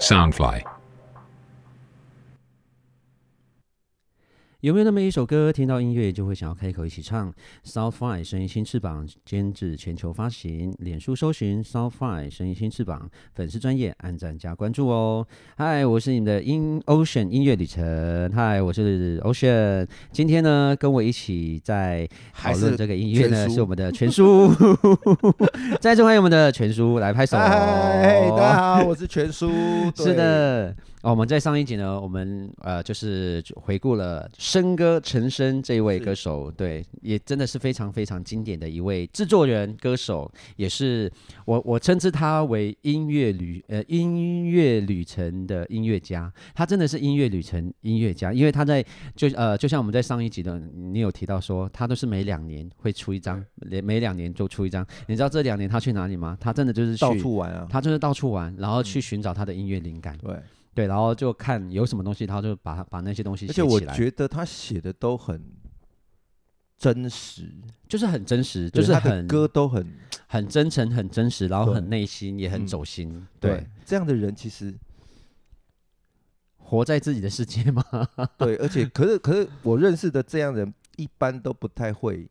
Soundfly. 有没有那么一首歌，听到音乐就会想要开口一起唱？Southfly 声音新翅膀监制全球发行，脸书搜寻 Southfly 声音新翅膀，粉丝专业按赞加关注哦。嗨，我是你们的音 Ocean 音乐旅程，嗨，我是 Ocean。今天呢，跟我一起在讨还论是这个音乐呢，全叔是我们的全叔， 在这欢迎我们的全叔来拍手。嗨，大家好，我是 全叔。是对，的，哦，我们在上一集呢，我们呃就是回顾了笙歌陈升这一位是歌手，对，也真的是非常非常经典的一位制作人、歌手，也是我我称之他为音乐旅呃音乐旅程的音乐家，他真的是音乐旅程音乐家，因为他在就呃就像我们在上一集的你有提到说，他都是每两年会出一张，每每两年就出一张，你知道这两年他去哪里吗？他真的就是去到处玩啊。他就是到处玩，然后嗯去寻找他的音乐灵感，对，对，然后就看有什么东西，他就把它把那些东西而写且我起来，觉得他写的都很真实，就是很真实，就对是他的很歌都很很真诚、很真实，然后对很内心，也很嗯走心，对，。这样的人其实活在自己的世界嘛， 对，而且可是可是我认识的这样人一般都不太会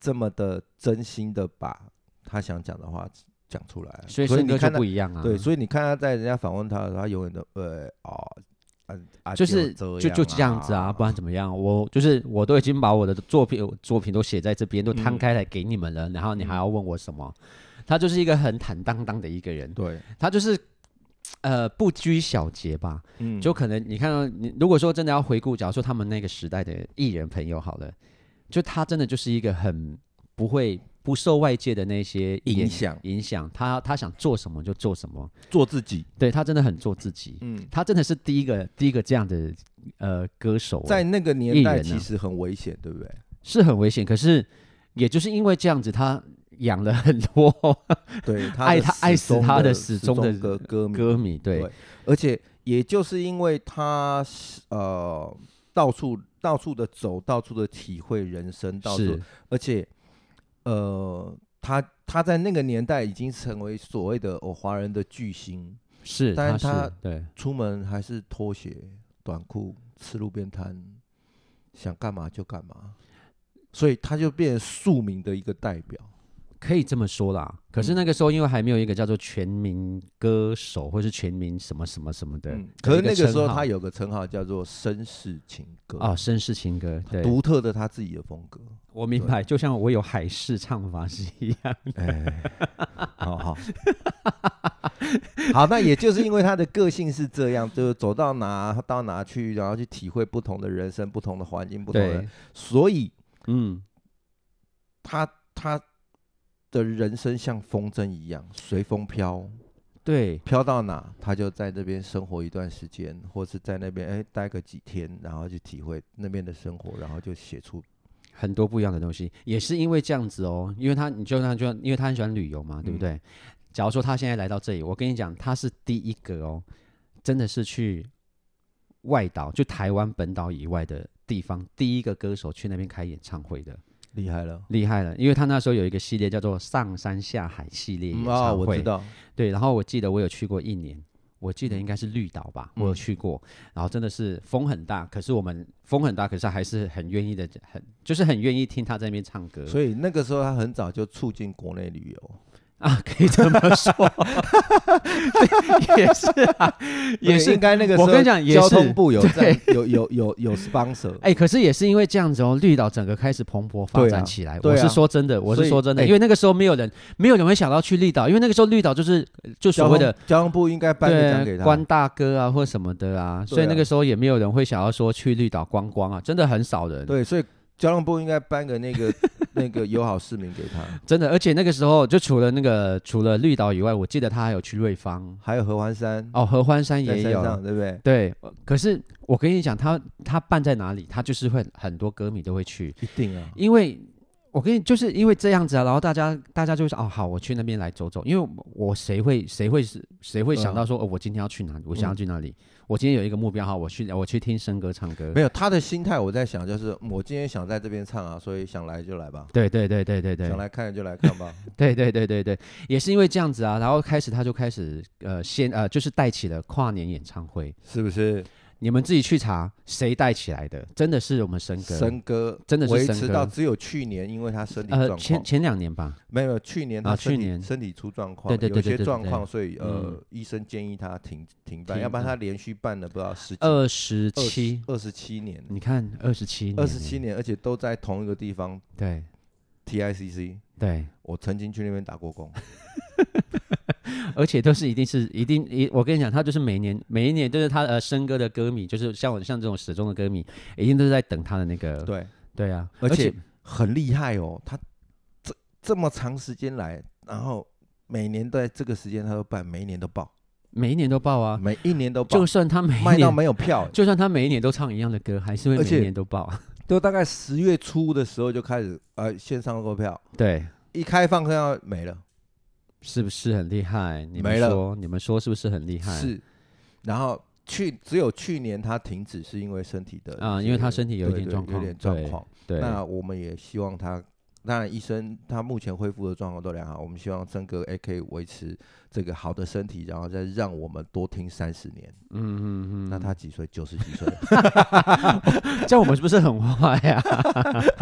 这么的真心的把他想讲的话讲出来啊，所以所以笙你歌就看他不一样啊，对，所以你看他在人家访问他的时候，他永远都呃哦，啊啊，就是就就就这样子啊，不然怎么样？我就是我都已经把我的作品作品都写在这边，都摊嗯开来给你们了，然后你还嗯要问我什么？他就是一个很坦荡荡的一个人，对，他就是呃不拘小节吧，嗯就可能你看到你，如果说真的要回顾，假如说他们那个时代的艺人朋友好了，就他真的就是一个很不会不受外界的那些影言响影响，他他想做什么就做什么，做自己，对他真的很做自己，嗯，他真的是第一个第一个这样的呃歌手欸，在那个艺年代人啊其实很危险，对不 对？是很危险，可是也就是因为这样子，他养了很多 对，他爱的他始爱死终他的的始终的歌歌迷，歌迷，对嗯对而且也就是因为他是呃到处到处的走，到处的体会人生，到处是，而且呃他他在那个年代已经成为所谓的哦华人的巨星，是，他但是他是对。出门还是拖鞋、短裤，吃路边摊，想干嘛就干嘛，所以他就变成庶民的一个代表。可以这么说啦。可嗯是那个时候，因为还没有一个叫做全民歌手或是全民什么什么什么的，嗯，可是那个时候称号他有个称号叫做绅士情歌啊，，绅士情歌，对，独特的他自己的风格。我明白，就像我有海式唱法是一样，哎，好好 好，那也就是因为他的个性是这样，就是走到哪到哪去，然后去体会不同的人生、不同的环境、不同的对，，所以嗯，他他的人生像风筝一样随风飘，对，飘到哪他就在那边生活一段时间，或是在那边哎待个几天，然后去体会那边的生活，然后就写出很多不一样的东西，也是因为这样子哦，因为他你就像就因为他很喜欢旅游嘛，对不嗯对？假如说他现在来到这里，我跟你讲，他是第一个哦，真的是去外岛，就台湾本岛以外的地方，第一个歌手去那边开演唱会的。厉害了。厉害了，因为他那时候有一个系列叫做“上山下海”系列演嗯唱啊、会，我知。道，对，然后我记得我有去过一年，我记得应该是绿岛吧，我有嗯去过。然后真的是风很大，可是我们风很大，可是还是很愿意的，很就是很愿意听他在那边唱歌所以那个时候他很早就促进国内旅游，啊，可以这么说， 对也是啊， 也对是应。该那个时候我跟你讲也是交通部有在对有有有有 sponsor，哎、可是也是因为这样子哦，绿岛整个开始蓬勃发对啊展起来。对我是啊说真的，我所是以说真的，哎因为那个时候没有人，没有人会想到去绿岛，因为那个时候绿岛就是就所交谓通的交通部应该颁个奖对给他，关大哥啊或什么的啊，所以那个时候也没有人会想要说去绿岛观光啊，真的很少人。，对，所以交通部应该颁个那个那个友好市民给他，真的，而且那个时候就除了那个除了绿岛以外，我记得他还有去瑞芳还有合 欢山哦，合欢山嗯在也山上，有。对不对？对，呃可是我跟你讲，他他办在哪里，他就是会很多歌迷都会去，一定啊，因为。我跟你就是因为这样子啊，然后大家大家就说哦好，我去那边来走走，因为我谁会谁会是谁会嗯想到说、哦我今天要去哪里，我想要去哪里，我今天有一个目标哈，我去我去听生哥唱歌没，有他的心态，我在想就是嗯我今天想在这边唱啊，所以想来就来吧，对对对对对对想，来看就来看 吧。对对对对对，也是因为这样子啊，然后开始他就开始呃先呃就是带起了跨年演唱会，是不是？你们自己去查谁带起来的，真的是我们森哥，森哥真的是维森持哥到只有去年，因为他身体状呃况，前前两年吧，没有没有去年啊他身去体年身体出状况，对对对有一对些对状对况，所以呃嗯，医生建议他停停停办，要不办然他连续办了不知道十几二十七，嗯二十七年，你看二十七，二十七，年，而且都在同一个地方对 TICC。对，我曾经去那边打 过工，而且都是一定是一定一，我跟你讲，他就是每年每一年都是他呃森哥的歌迷，就是像我像这种始终的歌迷，一定都是在等他的那个，对，对啊，而且很厉害哦，他这这么长时间来，然后每年都在这个时间他都办，每一年都报，每一年都爆啊，每一年都报就，算他每一嗯卖到年没有票，就算他每一年都唱一样的歌，还是会而每一且年都爆。 都大概十月初的时候就开始呃线上购票，对，一开放看到没了，是不是很厉害？你们没了说，你们说是不是很厉害？是，然后去只有去年他停止是因为身体的啊一因为些他身体有一对点对状况有点状况。对，那我们也希望他，当然医生他目前恢复的状况都良好，我们希望曾哥也可以维持这个好的身体，然后再让我们多听三十年。嗯嗯嗯，那他几岁？九十几岁， 这样我们是不是很坏呀、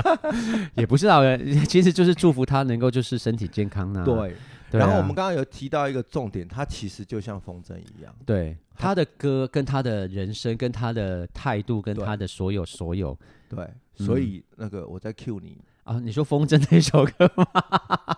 也不是啊， 其实就是祝福他能够就是身体健康呢、啊。对。对啊，然后我们刚刚有提到一个重点，他其实就像风筝一样，对他的歌跟他的人生跟他的态度跟对他的所有所有对。所嗯以那个我在 cue 你啊，你说《风筝》那首歌吗？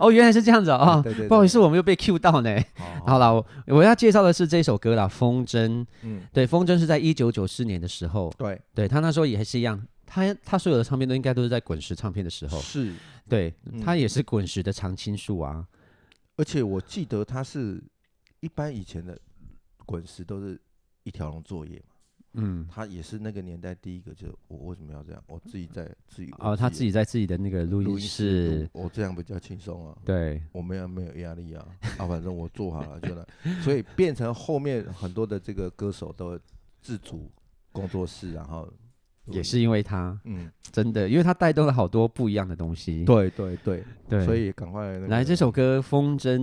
哦，原来是这样子啊、哦对对对不好意思，我们又被 Q 到呢。好好，啦，我我要介绍的是这首歌啦，《风筝》。嗯，对，风筝是在一九九四年的时候，对，对他那时候也还是一样，他他所有的唱片都应该都是在滚石唱片的时候，是。对、嗯他也是滚石的常青树啊，而且我记得他是一般以前的滚石都是一条龙作业嘛，嗯，他也是那个年代第一个，就是我为什么要这样？我自己在自己哦，我他自己在自己的那个录录音音室室录，，我这样比较轻松啊，对，我没有没有压力啊，啊，反正我做好了就来， 所以变成后面很多的这个歌手都自主工作室，然后录也音是因为他嗯，真的，因为他带动了好多不一样的东西，对对对，嗯对，所以赶快、那个来这首歌《风筝》，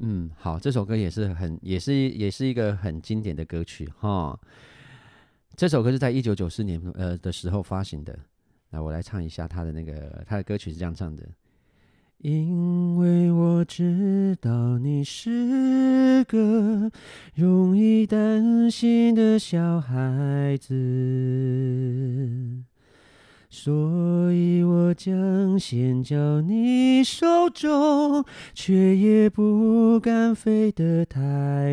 嗯，好，这首歌也是很，也是也是一个很经典的歌曲哈。这首歌是在一九九四年呃的时候发行的。来，我来唱一下他的那个他的歌曲是这样唱的：因为我知道你是个容易担心的小孩子。所以我将先交你手中，却也不敢飞得太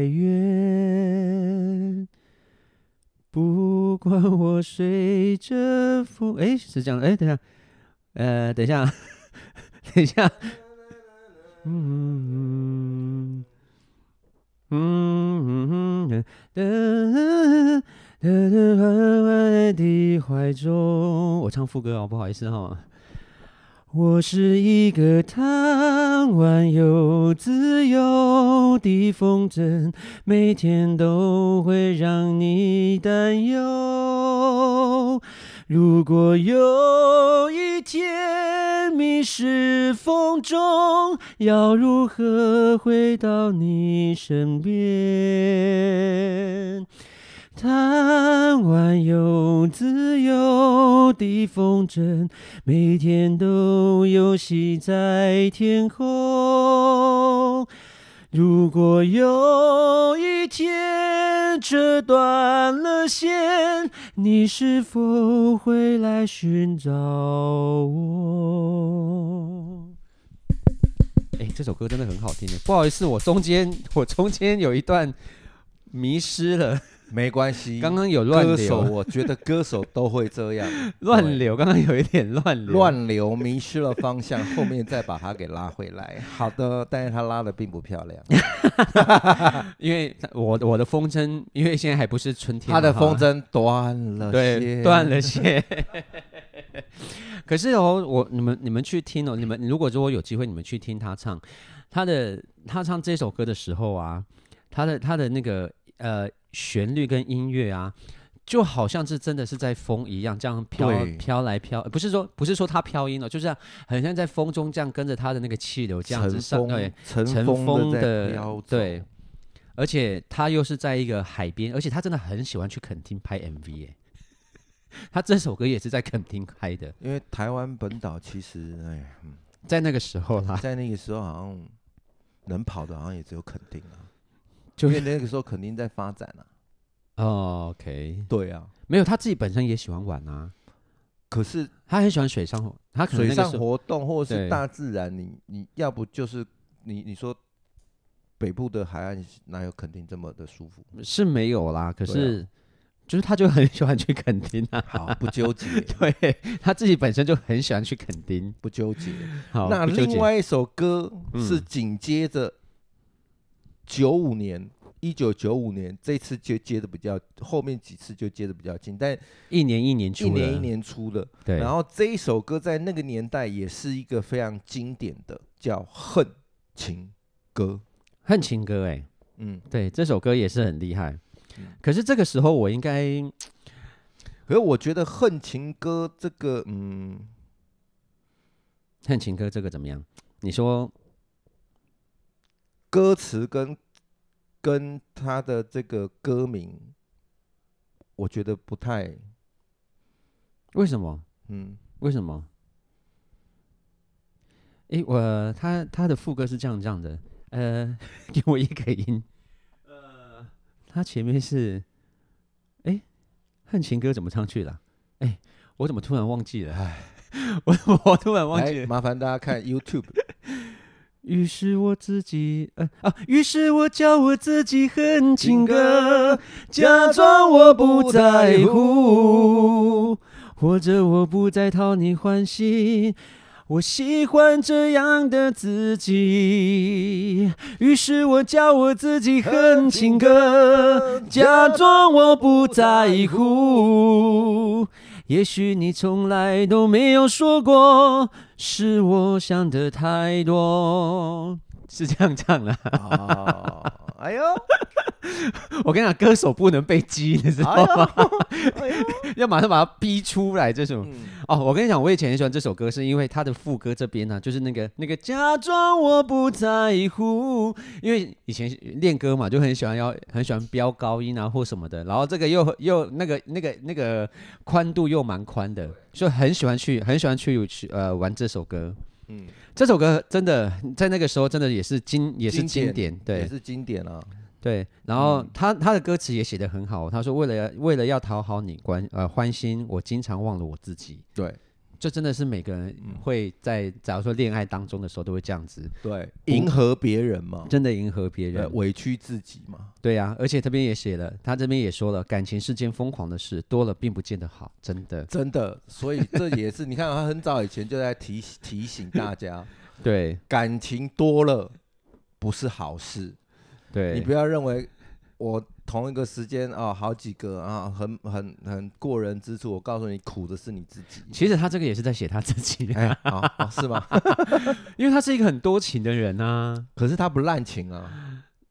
远。不管我随着风，哎，是这样的，哎，等一下，呃，等一下，等一下，嗯。嗯嗯嗯，的的缓缓在你怀中。我唱副歌哦，不好意思哈、我是一个贪玩又自由的风筝，每天都会让你担忧。如果有一天迷失风中，要如何回到你身边？贪玩又自由的风筝，每天都游戏在天空。如果有一天折断了线，你是否会来寻找我？哎、这首歌真的很好听耶不好意思，我中间我中间有一段迷失了，没关系，刚刚有乱歌手，流，我觉得歌手都会这样 乱流，刚刚有一点乱流，乱流迷失了方向，后面再把它给拉回来。好的，但是他拉的并不漂亮，因为我我的风筝，因为现在还不是春天嘛，他的风哈 筝断了对线断了线。可是哦，我你们你们去听哦，你们如果如果有机会，你们去听他唱，他的他唱这首歌的时候啊，他的他的那个呃旋律跟音乐啊。就好像是真的是在风一样，这样飘对飘来飘，呃不是说不是说他飘音了，哦就是这样很像在风中这样跟着他的那个气流这样子乘上，对风，乘乘风风地在的飘走对，而且他又是在一个海边，而且他真的很喜欢去垦丁拍 MV 耶。 他这首歌也是在垦丁拍的，因为台湾本岛其实，哎，嗯在那个时候啦，在那个时候好像能跑的，好像也只有垦丁啊，就因 为那个时候垦丁在发展啊。哦，OK，对啊，没有他自己本身也喜欢玩啊，可是他很喜欢水上活，他可能那水个上时候活动或者对是大自然，你你要不就是你你说北部的海岸哪有垦丁这么的舒服？是没有啦，可对啊是、就是他就很喜欢去垦丁 啊，好，不纠结，对他自己本身就很喜欢去垦丁。不纠结。好，那不纠另结外一首歌嗯是紧接着九五年，一九九五年这次就接的比较，后面几次就接的比较近，但一年一年出一年了一年出的。对，然后这一首歌在那个年代也是一个非常经典的，叫《恨情歌》。恨情歌哎、嗯，对，这首歌也是很厉害嗯。可是这个时候我应该可是我觉得《恨情歌》这个，嗯，恨情歌这个怎么样？你说歌词跟跟他的这个歌名，我觉得不太，为什么？嗯，为什么？诶，我他他的副歌是这样这样的，呃，给我一个音，呃，他前面是，诶，恨情歌怎么唱去了？诶，我怎么突然忘记了？唉，我怎么我突然忘记来了？麻烦大家看 YouTube。于是我自己，呃啊，于是我叫我自己恨情歌，假装我不在乎，或者我不再讨你欢心。我喜欢这样的自己，于是我叫我自己恨情歌，假装我不在乎。也许你从来都没有说过，是我想的太多。是这样唱啦、哦，哎呦，我跟你讲，歌手不能被激，你知 道吗？哎呦，要马上把它逼出来，这种。嗯哦，我跟你讲，我以前很喜欢这首歌，是因为它的副歌这边呢、就是那个那个假装我不在乎，因为以前练歌嘛，就很喜欢要很喜欢飙高音啊或什么的，然后这个又又那个那个那个宽度又蛮宽的，所以很喜欢去很喜欢去去呃玩这首歌。嗯，这首歌真的在那个时候真的也是经也是经典，对也是嗯经典啊。对，然后他、他的歌词也写得很好，他说为了为了要讨好你关呃欢心，我经常忘了我自己。对这真的是每个人会在，假如说恋爱当中的时候，都会这样子，对，迎合别人嘛，真的迎合别对人。委屈自己嘛。对呀、而且这边也写了，他这边也说了，感情是件疯狂的事，多了并不见得好，真的。真的，所以这也是你看，他很早以前就在提提醒 大家，对感情多了不是好事，对，你不要认为我同一个时间啊、好几个啊，很很很过人之处。我告诉你，苦的是你自己。其实他这个也是在写他自己，哎，好、好是吗？ 因为他是一个很多情的人啊。可是他不滥情啊！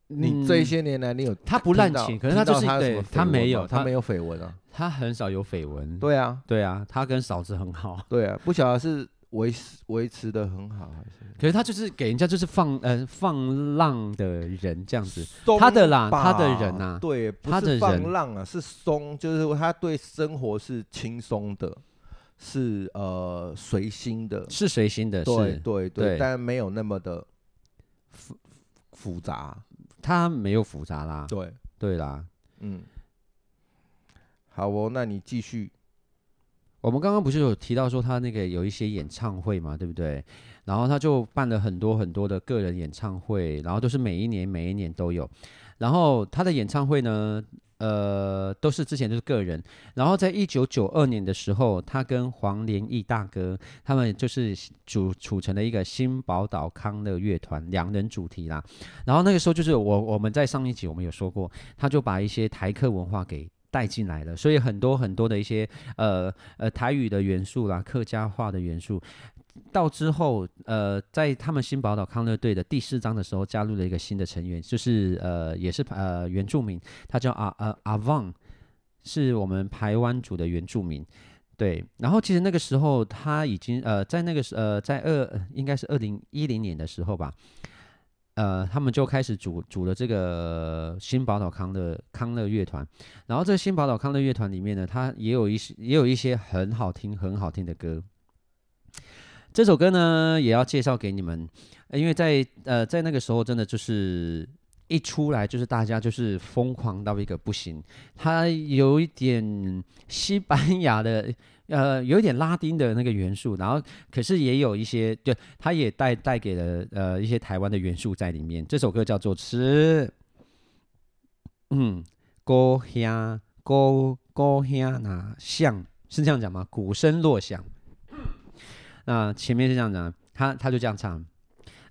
你嗯这些年来，你有他不滥情，听到可是他就是听到他有什对么他绯闻没吗有，他他没有绯闻啊。嗯他很少有绯闻。对啊，对啊，他跟嫂子很好，对啊，不晓得是维持维持的很好还是可是他就是给人家就是放呃放浪的人这样子。松他的啦吧他的人啊对，不他的是人放浪啊，是松，就是他对生活是轻松的，是呃随心的，是随心的，对是对对对，但没有那么的复复杂，他没有复杂啦，对，对啦。嗯，好哦，那你继续，我们刚刚不是有提到说他那个有一些演唱会嘛，对不对？然后他就办了很多很多的个人演唱会，然后都是每一年每一年都有。然后他的演唱会呢，呃，都是之前都是个人。然后在一九九二年的时候，他跟黄连义大哥他们就是组组成了一个新宝岛康乐乐团，两人主题啦。然后那个时候就是我我们在上一集我们有说过，他就把一些台客文化给带进来了，所以很多很多的一些呃呃台语的元素啦、客家话的元素，到之后呃在他们新宝岛康乐队的第四章的时候，加入了一个新的成员，就是呃也是呃原住民，他叫阿呃阿旺，是我们台湾族的原住民。对，然后其实那个时候他已经呃，在那个时呃，在二应该是二零一零年的时候吧，呃，他们就开始组组了这个新宝岛康乐康乐乐团，然后这个新宝岛康乐乐团里面呢，它也有一些也有一些很好听很好听的歌。这首歌呢，也要介绍给你们，呃因为在呃在那个时候真的就是一出来就是大家就是疯狂到一个不行，它有一点西班牙的。呃，有一点拉丁的那个元素，然后可是也有一些，对，它也带带给了呃一些台湾的元素在里面。这首歌叫做《吃》，嗯，高香高高香那像是这样讲吗？鼓声落响。那前面是这样讲，他他就这样唱。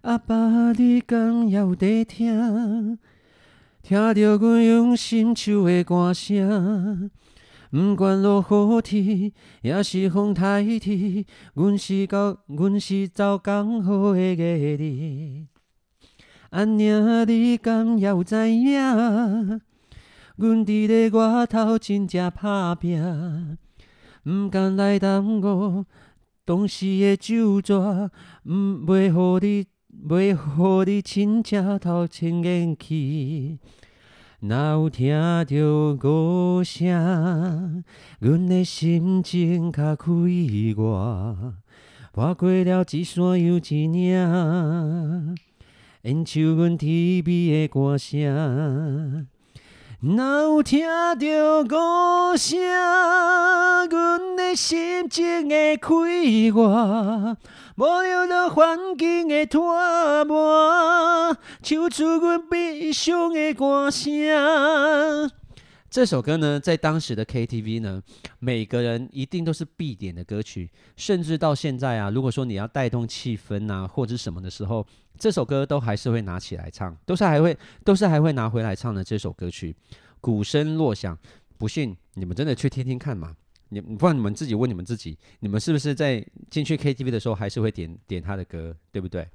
阿爸，你讲要在听，听到阮用心唱的歌声，不管落雨天，也是风台天，阮是到，阮是走江河的艺人。安娘，你敢还有知影？阮伫咧外头真正打拼，毋甘来耽误当时的酒桌，毋袂互你，袂互你亲车头牵引去。若有听着歌声，阮的心情较开外，跨过了一山又一岭，演唱阮甜美的歌声。若有啊听着歌声，阮的心情会开外，无聊到环境的拖磨，唱出阮悲伤的歌声。这首歌呢，在当时的 KTV 呢，每个人一定都是必点的歌曲，甚至到现在啊，如果说你要带动气氛啊，或者是什么的时候，这首歌都还是会拿起来唱，都是还会都是还会拿回来唱的这首歌曲。鼓声落响，不信你们真的去听听看嘛。你不然你们自己问你们自己，你们是不是在进去 KTV 的时候还是会点点他的歌，对不对？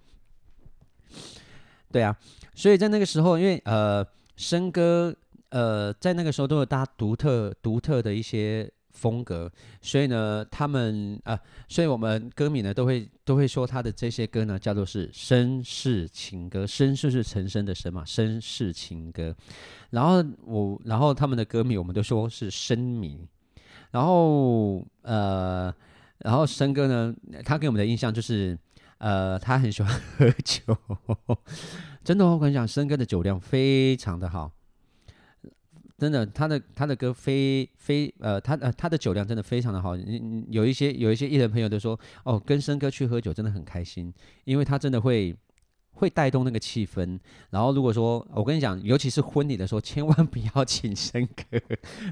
对啊，所以在那个时候，因为呃，生哥呃，在那个时候都有大家独特独特的一些风格，所以呢，他们啊、呃所以我们歌迷呢都会都会说他的这些歌呢叫做是绅士情歌，绅士是陈升的绅嘛，绅士情歌。然后我，然后他们的歌迷我们都说是绅迷，然后呃，然后生哥呢，他给我们的印象就是。呃，他很喜欢喝酒，真的哦、我跟你讲，生哥的酒量非常的好，真的，他的他的歌非非呃，他呃他的酒量真的非常的好。你你有一些有一些艺人朋友都说，哦，跟生哥去喝酒真的很开心，因为他真的会会带动那个气氛。然后如果说我跟你讲，尤其是婚礼的时候，千万不要请生哥，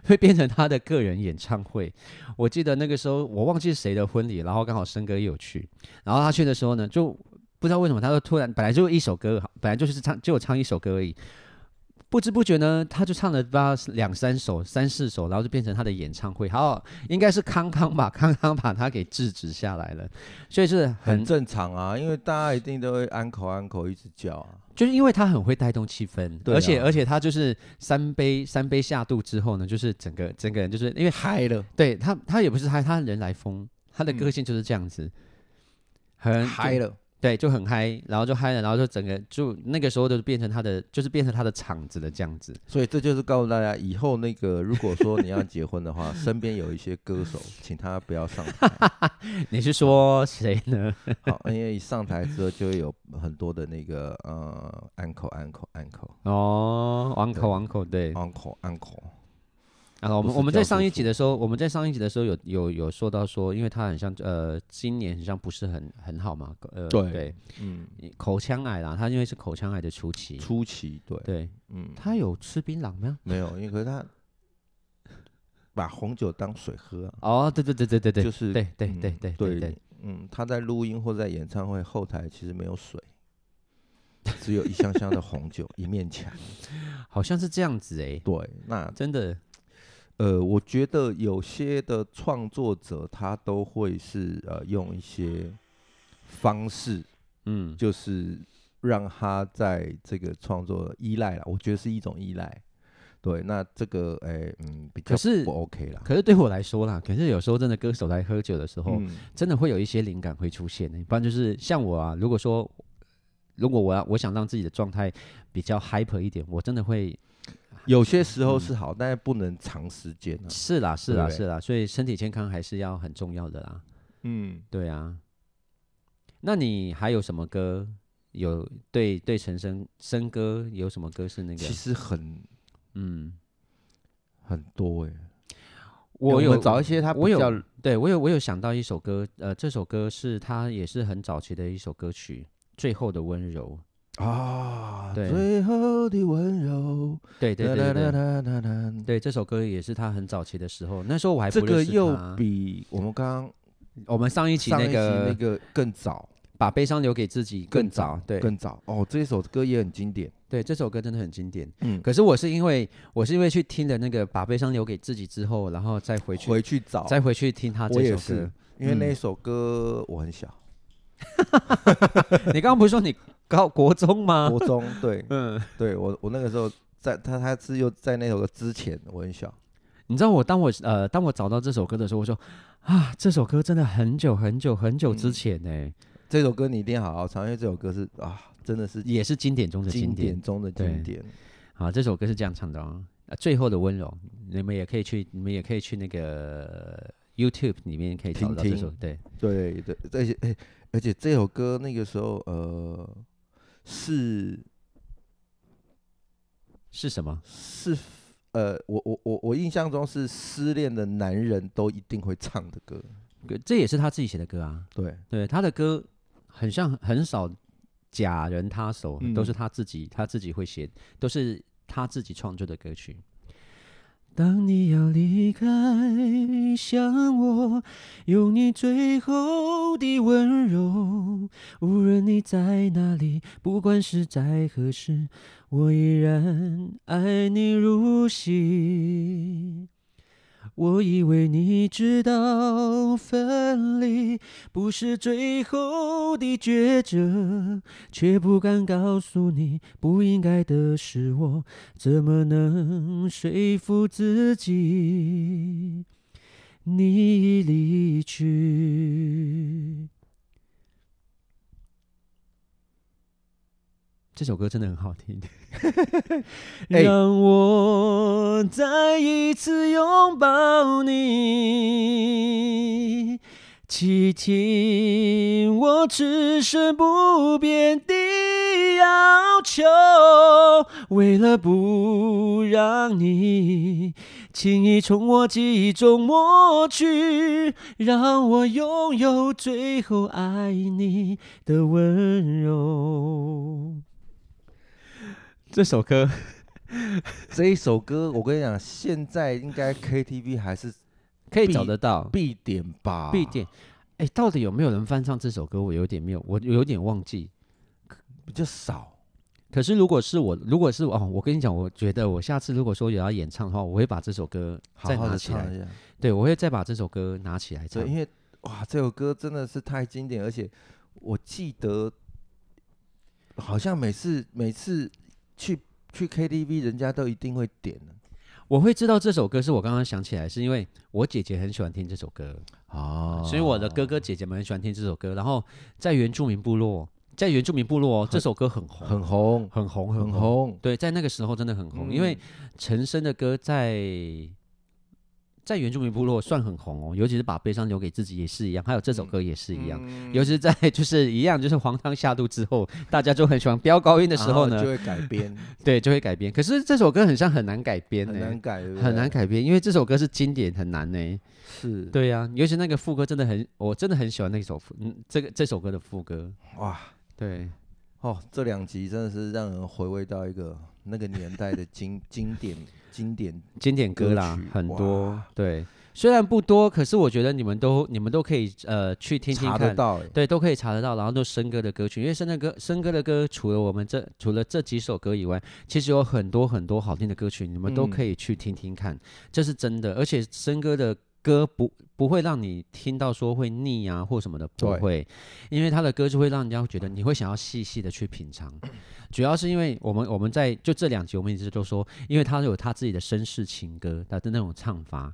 会变成他的个人演唱会。我记得那个时候我忘记是谁的婚礼，然后刚好生哥也有去，然后他去的时候呢，就不知道为什么他就突然本来就一首歌，本来就是唱就有唱一首歌而已。不知不觉呢，他就唱了不知道是两三首、三四首，然后就变成他的演唱会。好，应该是康康吧，康康把他给制止下来了，所以是很很正常啊，因为大家一定都会安口安口一直叫啊。就是因为他很会带动气氛，对啊而且而且他就是三杯三杯下肚之后呢，就是整个整个人就是因为嗨了，对他他也不是他他人来疯，他的个性就是这样子，很嗨了，对，就很嗨，然后就嗨了，然后就整个就那个时候就变成他的就是变成他的场子的这样 子。所以这就是告诉大家，以后那个如果说你要结婚的话，身边有一些歌手，请他不要上台，你是说谁呢？好，因为一上台之后就会有很多的那个呃安口安口安口哦，王口对王口对。安口安口，啊，我不们是我们在教上父一父集的时候，我们在上一集的时候有有有说到说，因为他很像呃，今年很像不是很很好嘛，呃，对对，嗯，口腔癌啦，他因为是口腔癌的初期，出奇对，对嗯，他有吃槟榔吗？没有，因为可是他把红酒当水喝啊，哦，对对对对对对，就是对对嗯对对对对，嗯，他在录音或在演唱会后台其实没有水，只有一箱箱的红酒，一面墙。好像是这样子哎，对，那真的，呃，我觉得有些的创作者他都会是呃用一些方式，嗯，就是让他在这个创作依赖了，我觉得是一种依赖。对，那这个哎、嗯，比较可是不 OK 啦。可是对我来说啦，可是有时候真的歌手来喝酒的时候，嗯真的会有一些灵感会出现的。不然就是像我啊，如果说如果我要我想让自己的状态比较 hyper 一点，我真的会有些时候是好，但是不能长时间啊。嗯是啦是啦对是啦，所以身体健康还是要很重要的啦。嗯，对啊，那你还有什么歌？有对对陈升升歌有什么歌是那个其？实很嗯，很多哎、我们有找一些他比我有较对我有我有想到一首歌，呃，这首歌是他也是很早期的一首歌曲，《最后的温柔》。啊，对最后的温柔，对对对对对哒哒哒哒哒对，这首歌也是他很早期的时候，那时候我还不这个认识又他。比我们刚我们上一刚期上一那集那个个更早，把悲伤留给自己更更早早，对更早哦。这首歌也很经典，对，这首歌真的很经典。嗯，可是我是因为我是因为去听了那个把悲伤留给自己之后，然后再回去回去找，再回去听他我这也首是歌。，因为嗯那首歌我很小， 你刚刚不是说你高国中吗？国中，对嗯，对，我我那个时候在他他是又在那首歌之前我很小，你知道我当我呃当我找到这首歌的时候，我说啊，这首歌真的很久很久很久之前呢、这首歌你一定要好好唱，因为这首歌是啊，真的是也是经典中的经经典。典中的经典。好，这首歌是这样唱的哦，呃最后的温柔，你们也可以去，你们也可以去那个 YouTube 里面可以找听到这听首。对，对对，而且哎，而且这首歌那个时候呃是是什么？是呃，我我我我印象中是失恋的男人都一定会唱的歌。这也是他自己写的歌啊。对，对，他的歌很像很少假人他手，嗯都是他自己他自己会写，都是他自己创作的歌曲。当你要离开，想我，用你最后的温柔，无论你在哪里，不管是在何时，我依然爱你如昔。我以为你知道分离不是最后的抉择，却不敢告诉你不应该的是我，怎么能说服自己你已离去？这首歌真的很好 听，哎让我再一次拥抱你。请听我此生不变的要求，为了不让你轻易从我记忆中抹去，让我拥有最后爱你的温柔。这首歌 这一首歌我跟你讲，现在应该 KTV 还是可以必找得到，必点吧？必点。哎，到底有没有人翻唱这首歌？我有点没有，我有点忘记。比较少。可是如果是我，如果是我哦，我跟你讲，我觉得我下次如果说有要演唱的话，我会把这首歌好再好拿的起唱来。一下，对，我会再把这首歌拿起来唱对，。因为哇，这首歌真的是太经典，而且我记得好像每次每次去去 KTV，人家都一定会点的我会知道这首歌是我刚刚想起来，是因为我姐姐很喜欢听这首歌，哦所以我的哥哥姐姐们很喜欢听这首歌。然后在原住民部落，在原住民部落、哦、这首歌很红，很红，很红，很很。红，对，在那个时候真的很红，因为嗯陈升的歌在在原住民部落算很红哦，尤其是把悲伤留给自己也是一样，还有这首歌也是一样。嗯尤其是在就是一样，就是黄汤下肚之后，大家就很喜欢飙高音的的时候呢哦就，会改编，对，就会改编。可是这首歌很像很难改编很呢、难改，对不很难对，改编，因为这首歌是经典，很难呢、是，对呀、尤其那个副歌真的很，我真的很喜欢那首副，嗯，这个这首歌的副歌。哇，对，哦，这两集真的是让人回味到一个那个年代的经 经典经典经典歌啦歌曲，很多哇。对，虽然不多，可是我觉得你们都你们都可以呃去听听查得看。到哎、对，都可以查得到，然后都生哥的歌曲，因为生的歌，生哥的歌除了我们这除了这几首歌以外，其实有很多很多好听的歌曲，你们都嗯可以去听听看，这是真的。而且生哥的歌不不会让你听到说会腻啊或什么的，不对会，因为他的歌就会让人家觉得你会想要细细的去品尝。主要是因为我们我们在就这两集我们一直都说，因为他有他自己的绅士情歌他的那种唱法。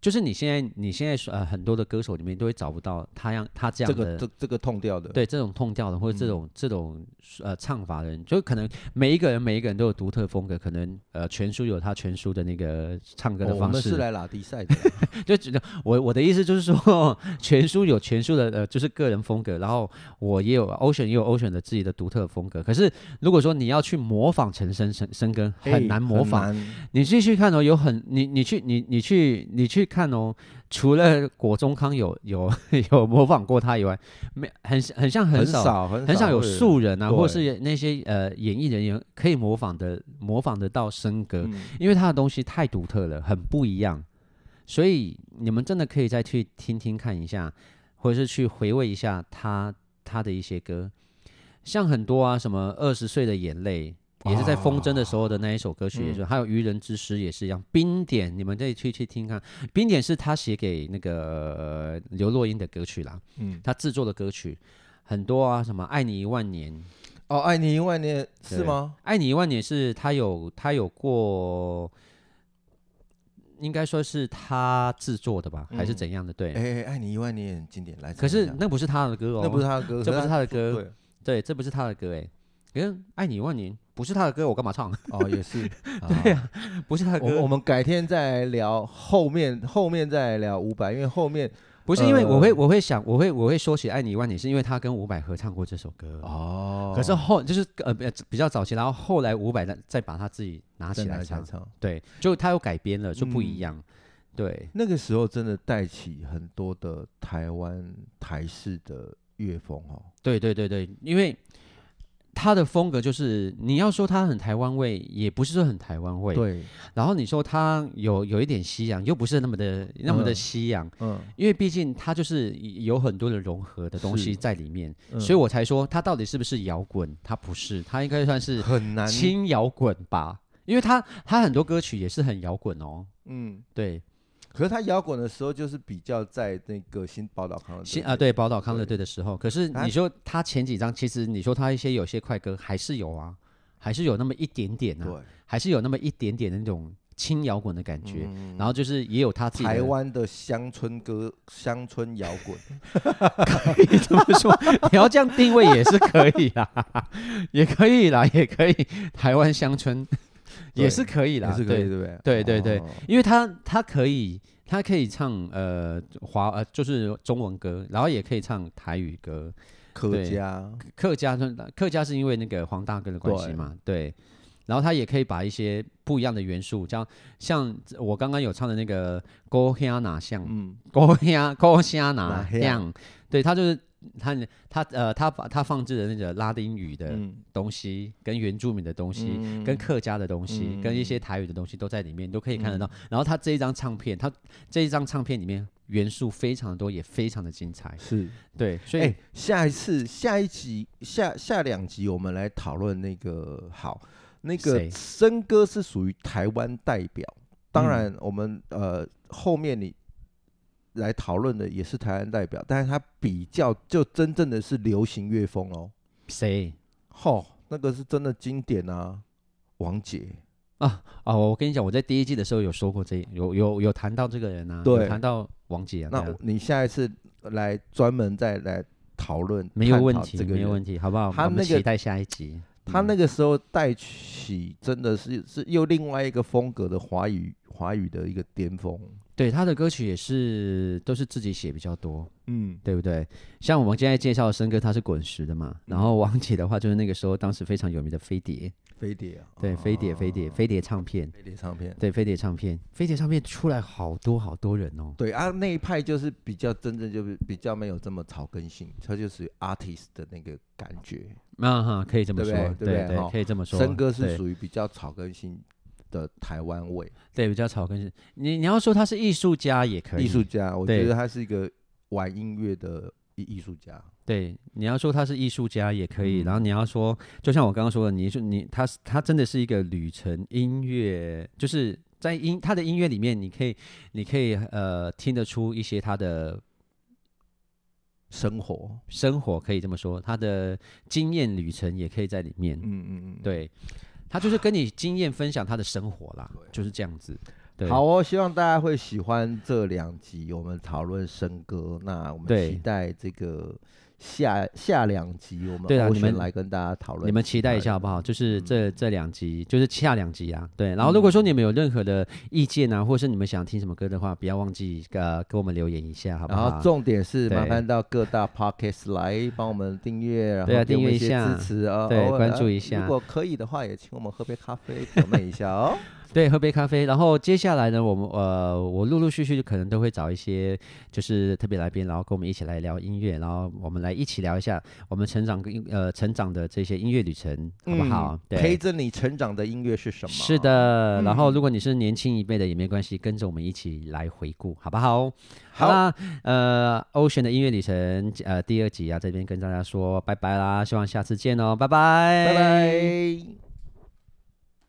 就是你现在，你现在说呃，很多的歌手里面都会找不到他样他这样这的个这这个痛掉的，对这种痛调的或者这嗯种、这种呃唱法的人，就可能每一个人每一个人都有独特风格，可能呃全叔有他全叔的那个唱歌哦，的我方们式，是来拉迪赛的啦，就只能我我的意思就是说，全叔有全叔的呃就是个人风格，然后我也有 Ocean 也有 Ocean 的自己的独特风格。可是如果说你要去模仿陈升升升根， 很难模仿，很难。你继续看哦，有很你你去你你去你去看哦，除了果中康有有 有模仿过他以外，没很很像很少少很很少有会人素人啊，或对是那些呃演艺人员可以模仿的模仿得到生格，嗯因为他的东西太独特了，很不一样，所以你们真的可以再去听听看一下，或者是去回味一下他他的一些歌，像很多啊，什么二十岁的眼泪。也是在风筝的时候的那一首歌曲，也是，还有愚人之诗也是一样。冰点，你们可以去去听看。冰点是他写给那个、呃、刘若英的歌曲啦，嗯，他制作的歌曲很多啊，什么《爱你一万年》，《哦，爱你一万年对是吗？爱哎你一万年》是他有他有过，应该说是他制作的吧，还是嗯怎样的？对，哎，爱你一万年也很经典，来唱一下。可是那不是他的歌哦，那不是，他的歌，这不可是他他的歌，对对，这不是他的歌哎。可是《爱你一万年》不是他的歌，我干嘛唱？ 哦，也是对啊。不是他的我歌我，们改天再来聊后面，后面再来聊伍佰，因为后面不是因为我会呃我会想我会我会说起《哎爱你一万年》，是因为他跟伍佰合唱过这首歌。哦可是后就是呃比比较早期，然后后来伍佰再再把他自己拿再起来嗯来唱唱，唱，对，就他有改编了，就不一样。对，那个时候真的带起很多的台湾台式的乐风哦。对，对，对，对，因为他的风格就是你要说他很台湾味，也不是说很台湾味。。对，然后你说他有有一点西洋，又不是那么的那么的嗯西洋，嗯，因为毕竟他就是有很多的融合的东西是在里面，嗯所以我才说他到底是不是摇滚？他不是，他应该算是很难，轻摇滚吧。因为他他很多歌曲也是很摇滚哦，嗯，对，可是他摇滚的时候，就是比较在那个新宝岛康乐队新啊，对宝岛康乐对队的时候，可是他你说他前几张，其实你说他一些有些快歌还是有啊，还是有那么一点点啊，对，还是有那么一点点的那种轻摇滚的感觉。然后就是也有他自己的嗯 台湾的乡村歌、乡村摇滚，可以这么说，你要这样定位也是可以啦，也可以啦，也可以台湾乡村也对是可以啦，也是可以，啊对，对不对？对对对哦因为他他可以他可以唱呃华呃就是中文歌，然后也可以唱台语歌，客对家，客家村客家是因为那个黄大哥的关系嘛，对。然后他也可以把一些不一样的元素，像像我刚刚有唱的那个《高虾哪像》，嗯，高虾高虾哪哪像样，对他就是他他呃他把他放置的那个拉丁语的嗯东西，跟原住民的东西，嗯跟客家的东西，跟一些台语的东西都在里面，都可以看得到。嗯然后他这一张唱片，他这一张唱片里面元素非常多，也非常的精彩。是，对，所以、哎，下一次、下一集、下下两集，我们来讨论那个好，那谁个森哥是属于台湾代表，当嗯然我们、呃后面你来讨论的也是台湾代表，但是他比较就真正的是流行乐风哦，谁吼，那个是真的经典啊，王杰，啊哦，我跟你讲，我在第一季的时候有说过这，有有有谈到这个人啊，对有谈到王姐啊，那对啊我你下一次来专门再来讨论，没有探问讨题，这个没有人问题，好不好？他我们那个期待下一集。他嗯那个时候带起真的是是又另外一个风格的华语华语的一个巅峰。对他的歌曲也是都是自己写比较多，嗯，对不对？像我们现在介绍的森哥，他是滚石的嘛，然嗯后王姐的话就是那个时候当时非常有名的飞碟，飞碟啊，对，飞碟，飞碟，飞碟唱片，飞碟唱片。对，飞碟唱片，飞碟唱片出来好多好多人哦，对啊，那一派就是比较真正就是比较没有这么草根性，它就属于 artist 的那个感觉。啊哈，可以这么对说不对，对对不对哈可以这么说。森哥是对属于比较草根性的台湾味。对，比较草根是。你你要说他是艺术家也可以，艺术家，我对觉得他是一个玩音乐的艺艺术家。对，你要说他是艺术家也可以，嗯然后你要说，就像我刚刚说的，你就你他是他真的是一个旅程音乐，就是在音他的音乐里面，你可以你可以呃听得出一些他的生活，生活，可以这么说，他的经验旅程也可以在里面。嗯嗯嗯，对，他就是跟你经验分享他的生活啦，就是这样子。对，好，哦，希望大家会喜欢这两集，我们讨论生歌。那我们对期待这个下下两集，我们对啊欧你选们来跟大家讨论。你们期待一下好不好？嗯就是这、这两集，就是下两集啊。对，然后如果说你们有任何的意见啊，或是你们想听什么歌的话，不要忘记呃给我们留言一下，好不然好？后重点是，麻对烦到各大 podcast 来帮我们订阅，然对啊后给我们订阅些一下支持啊，对偶尔关啊注一下如果可以的话，也请我们喝杯咖啡 表妹一下哦。对，喝杯咖啡。然后接下来呢，我们呃，我陆陆续续可能都会找一些就是特别来宾，然后跟我们一起来聊音乐，然后我们来一起聊一下我们成长跟呃成长的这些音乐旅程，好不好？嗯对。陪着你成长的音乐是什么？嗯是，的，然后如果你是年轻一辈的也没关系，跟着我们一起来回顾，好不好？好啦，呃，Ocean 的音乐旅程，呃，第二集啊，这边跟大家说拜拜啦，希望下次见哦，拜拜，拜拜。